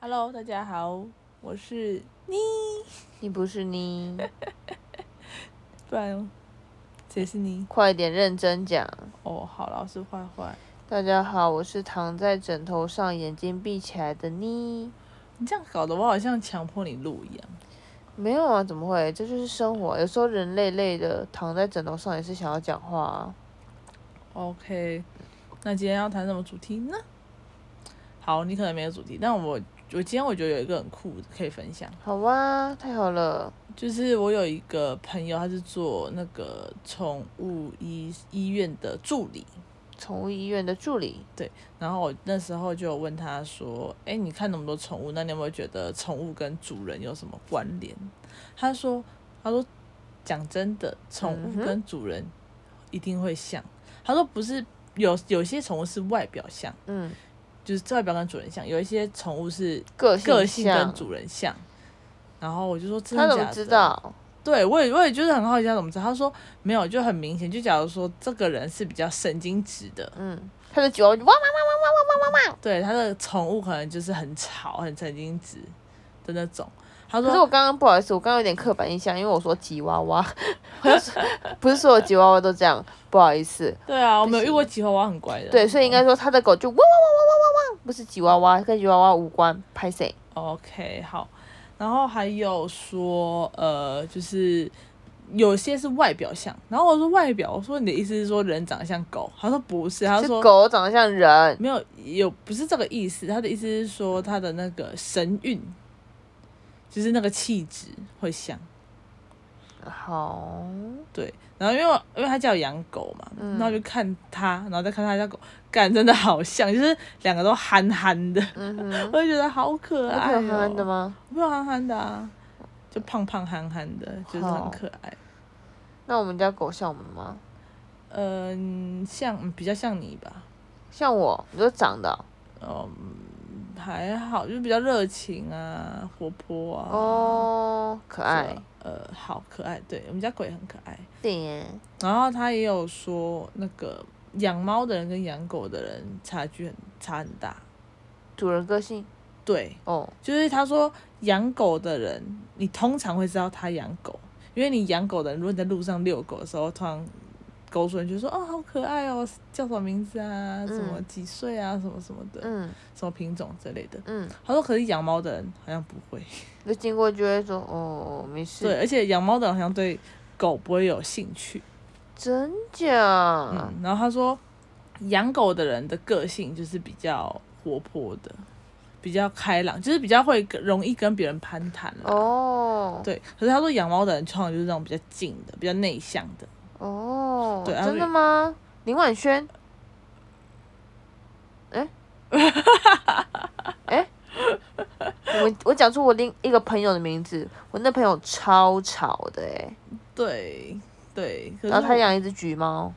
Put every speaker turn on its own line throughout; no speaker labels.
Hello，大家好，我是你，
你不是你，
不然谁是你？
快点认真讲。
哦，好了，我是坏坏。
大家好，我是躺在枕头上眼睛闭起来的你。
你这样搞得我好像强迫你录一样。
没有啊，怎么会？这就是生活。有时候人累累的躺在枕头上也是想要讲话啊。
OK，那今天要谈什么主题呢？好，你可能没有主题，但我我今天我觉得有一个很酷的可以分享，
好啊，太好了。
就是我有一个朋友，他是做那个宠物医医院的助理，
宠物医院的助理，
然后我那时候就有问他说：“哎，你看那么多宠物，那你有没有觉得宠物跟主人有什么关联？”他说：“他说讲真的，宠
嗯
物
哼
跟主人一定会像。他说不是有有些宠物是外表像，
嗯，
就是外表跟主人像；有一些宠物是
个性
个性跟
像
主人像。”然后我就说：“真
他
的
怎
假
么
的？”
知道？
对我也我也就是很好奇他怎么知道。他说：“没有，就很明显。就假如说这个人是比较神经质的，
嗯，他的脚哇哇哇哇哇哇哇哇。
对，他的宠物可能就是很吵、很神经质的那种。他
可是
说
我刚刚不好意思，我刚刚有点刻板印象，因为我说吉娃 娃， 我就说不是所有吉娃娃都这样，不好意思。：“
对啊，我没有遇
不行
过吉娃娃很乖的。”哦
对，所以应该说他的狗就汪汪汪汪汪汪汪，不是吉娃娃，跟吉娃娃无关，拍谁？
哦 OK 好。然后还有说，呃，就是有些是外表像。然后我说外表，我说你的意思是说人长得像狗？他说不是，他
是
说
狗长得像人，
没有有不是这个意思，他的意思是说他的那个神韵，就是那个气质会像。
好，
对，然后因为我因为他家有养狗嘛，
嗯
然后我就看他，然后再看他家狗，干真的好像，就是两个都憨憨 的，
嗯哼，
我就觉得好可
那
爱、
有
哦。
憨憨的？吗？
没有憨憨的啊，就胖胖憨憨的，就是很
好
可爱。
那我们家狗像我们吗？
嗯，像嗯比较像你吧，嗯
像我，你说长的哦
还好，就比较热情啊，活泼啊。
哦，可
是吧
爱，
呃，好可爱，对我们家狗也很可爱。
对耶，
然后他也有说，那个养猫的人跟养狗的人差距很差很大。
主人个性
对，
哦，
就是他说养狗的人，你通常会知道他养狗，因为你养狗的人，如果你在路上遛狗的时候，通常狗主人就说哦好可爱哦，叫什么名字啊，什么几岁啊，什么什么的，
嗯
什么品种之类的。
嗯，
他说可是养猫的人好像不会，
就经过就会说哦，没事，
对，而且养猫的人好像对狗不会有兴趣。
真假？
嗯，然后他说养狗的人的个性就是比较活泼的。比较开朗，就是比较会跟容易跟别人攀谈啦
哦
对，可是他说养猫的人通常就是那种比较静的、比较内向的。
哦，
对他
真
就
的吗？林婉萱，哎、 哎、我我讲出我另一个朋友的名字，我那朋友超吵的哎、
对对，可是
然后他
我
养一只橘猫，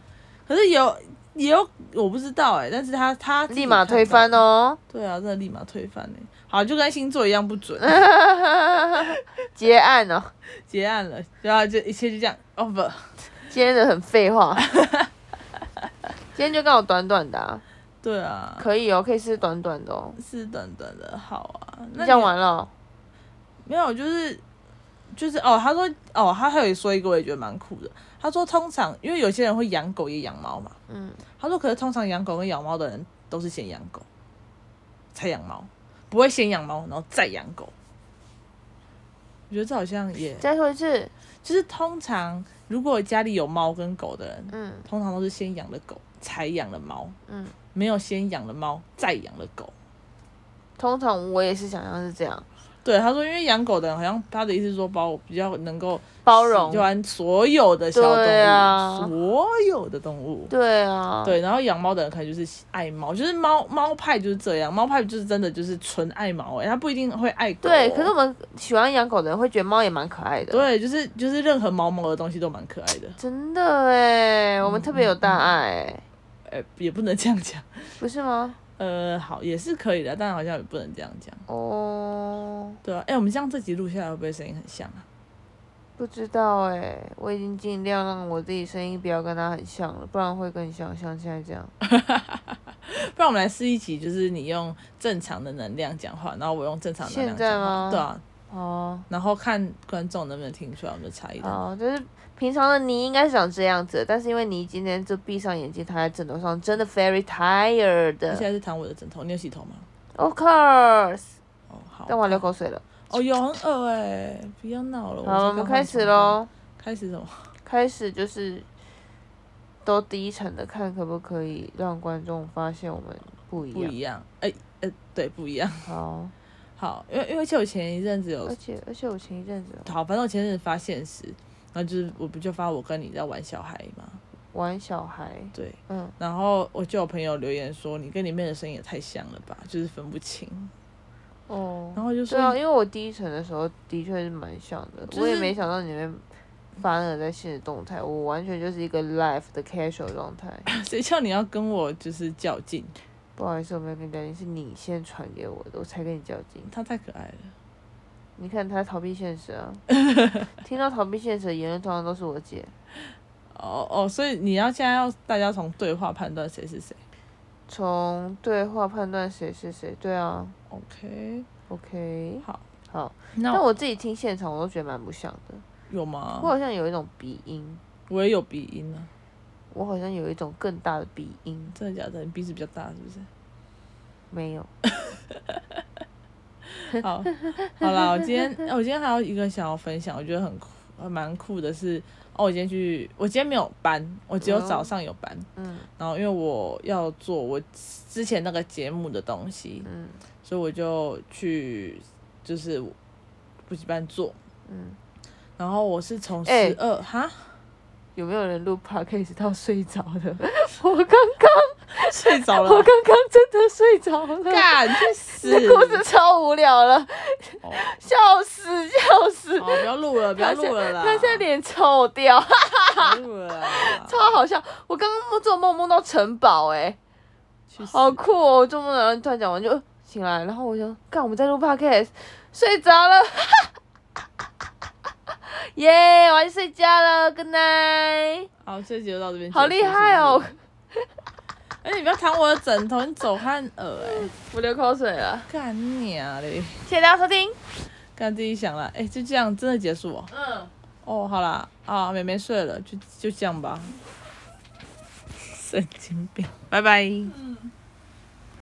可是有也有我不知道哎、但是他他自己
立马
看
推
到
翻
的。
哦，
对啊，真的立马推翻哎、好，就跟星座一样不 准，
结案哦，
结案了，然后就一切就这样 over。
今天的很 废话，今天就刚好短短的、啊，
对啊，
可以哦，可以是短短的哦，
是短短的，好啊。那
你讲
你
完了哦、
没有？就是就是哦，他说哦，他还有说一个我也觉得蛮酷的。他说通常因为有些人会养狗也养猫嘛，
嗯，
他说：“可是通常养狗跟养猫的人都是先养狗，才养猫，不会先养猫然后再养狗。”我觉得这好像也
再说一次，
就是通常如果家里有猫跟狗的人，
嗯
通常都是先养了狗才养了猫，
嗯。
没有先养了猫再养了狗。
通常我也是想象是这样，
对，他说，因为养狗的人好像他的意思是说，包比较能够
包容
喜。欢所有的小动物，
对啊
所有的动物。
对啊，
对，然后养猫的人可能就是爱猫，就是猫猫派就是这样，猫派就是真的就是纯爱猫、欸，哎，他不一定会爱狗哦、
对可是我们喜欢养狗的人会觉得猫也蛮可爱的。，
对，就是就是任何毛毛的东西都蛮可爱的，
真的哎，我们特别有大爱哎，
呃、也不能这样讲，
不是吗？
呃，好也是可以的，但好像也不能这样讲，
哦，
对啊，哎、我们这样这集录下来会不会声音很像啊？
不知道哎，我已经尽量让我自己声音不要跟它很像了，不然会更像像现在这样。
不然我们来试一集，就是你用正常的能量讲话，然后我用正常能量
现在
讲
吗
话，对啊，
哦
然后看观众能不能听出来我们的差异。
哦，就是平常的你应该是长这样子的，但是因为你今天就闭上眼睛躺在枕头上，真的 very
我现
tired。
在是躺我的枕头，你有洗头吗？
Of course，
哦，好。
但我要流口水了。
哦，有很恶哎、不要闹了。
好，我
哦我
们
们
开始。喽。
开始什么？
开始就是都低沉的看，可不可以让观众发现我们不一
不
样？
一样。哎、呃，对，不一样。
好，
好，因为因为而且我前一阵子有
而且而且我前一阵子
好，反正我前阵子发现实，然后就是我不就发我跟你在玩小孩嘛，
玩小孩，
对，
嗯，
然后我就有朋友留言说你跟里面的声音也太像了吧，就是分不清，
哦，
然后就说
对啊，因为我第一层的时候的确是蛮像的，
就是
我也没想到你会发那个在现实动态，我完全就是一个 live 的 casual 状态。
谁叫你要跟我就是较劲，
不好意思，我没有跟你较劲，是你先传给我的，我才跟你较劲。
他太可爱了，
你看他逃避现 实啊，听到逃避现实的言论，通常都是我姐。
哦哦，所以你要现在要大家从对话判断谁是谁
从对话判断谁是谁，对啊
，OK，
，OK，
好，
好。
那
但
我哦
我自己听现场，我都觉得蛮不像的。
有
我
吗？
好像有一种鼻音，
我也有鼻音啊，
我好像有一种更大的鼻音，
真的假的？你鼻子比较大是不是？
没有。
好，好啦，我今天哦我今天还有一个想要分享，我觉得很酷，呃蛮酷的是，哦，我今天去，我今天没有班，我只有
哦
早上有班，
嗯
然后因为我要做我之前那个节目的东西，
嗯
所以我就去就是补习班做，
嗯，
然后我是从
哎
十二哈，
有没有人录 podcast 到睡着 的？我刚刚，
睡着
我
了，
刚刚真的睡着了。
干去死
这，故事超无聊了，
哦
笑死笑死！
好，不要录了，不要录了啦，
他现在脸臭掉，
不要录了啦，
超好笑。我刚刚做梦梦到城堡、哎。
去死，
好酷哦！我做梦然后突然讲完就呃醒来，然后我就干我们在录 podcast，睡着了， 耶、我要去睡觉了，good night，
好，这集就到这边，
好厉害哦！！
哎、你不要躺我的枕头，你走汉耳哎、
我流口水了，
干你啊嘞！
谢谢大家收听，
干自己想了，哎、就这样，真的结束哦。
嗯，
哦，好啦，啊，妹妹睡了，就就这样吧。神经病，拜拜。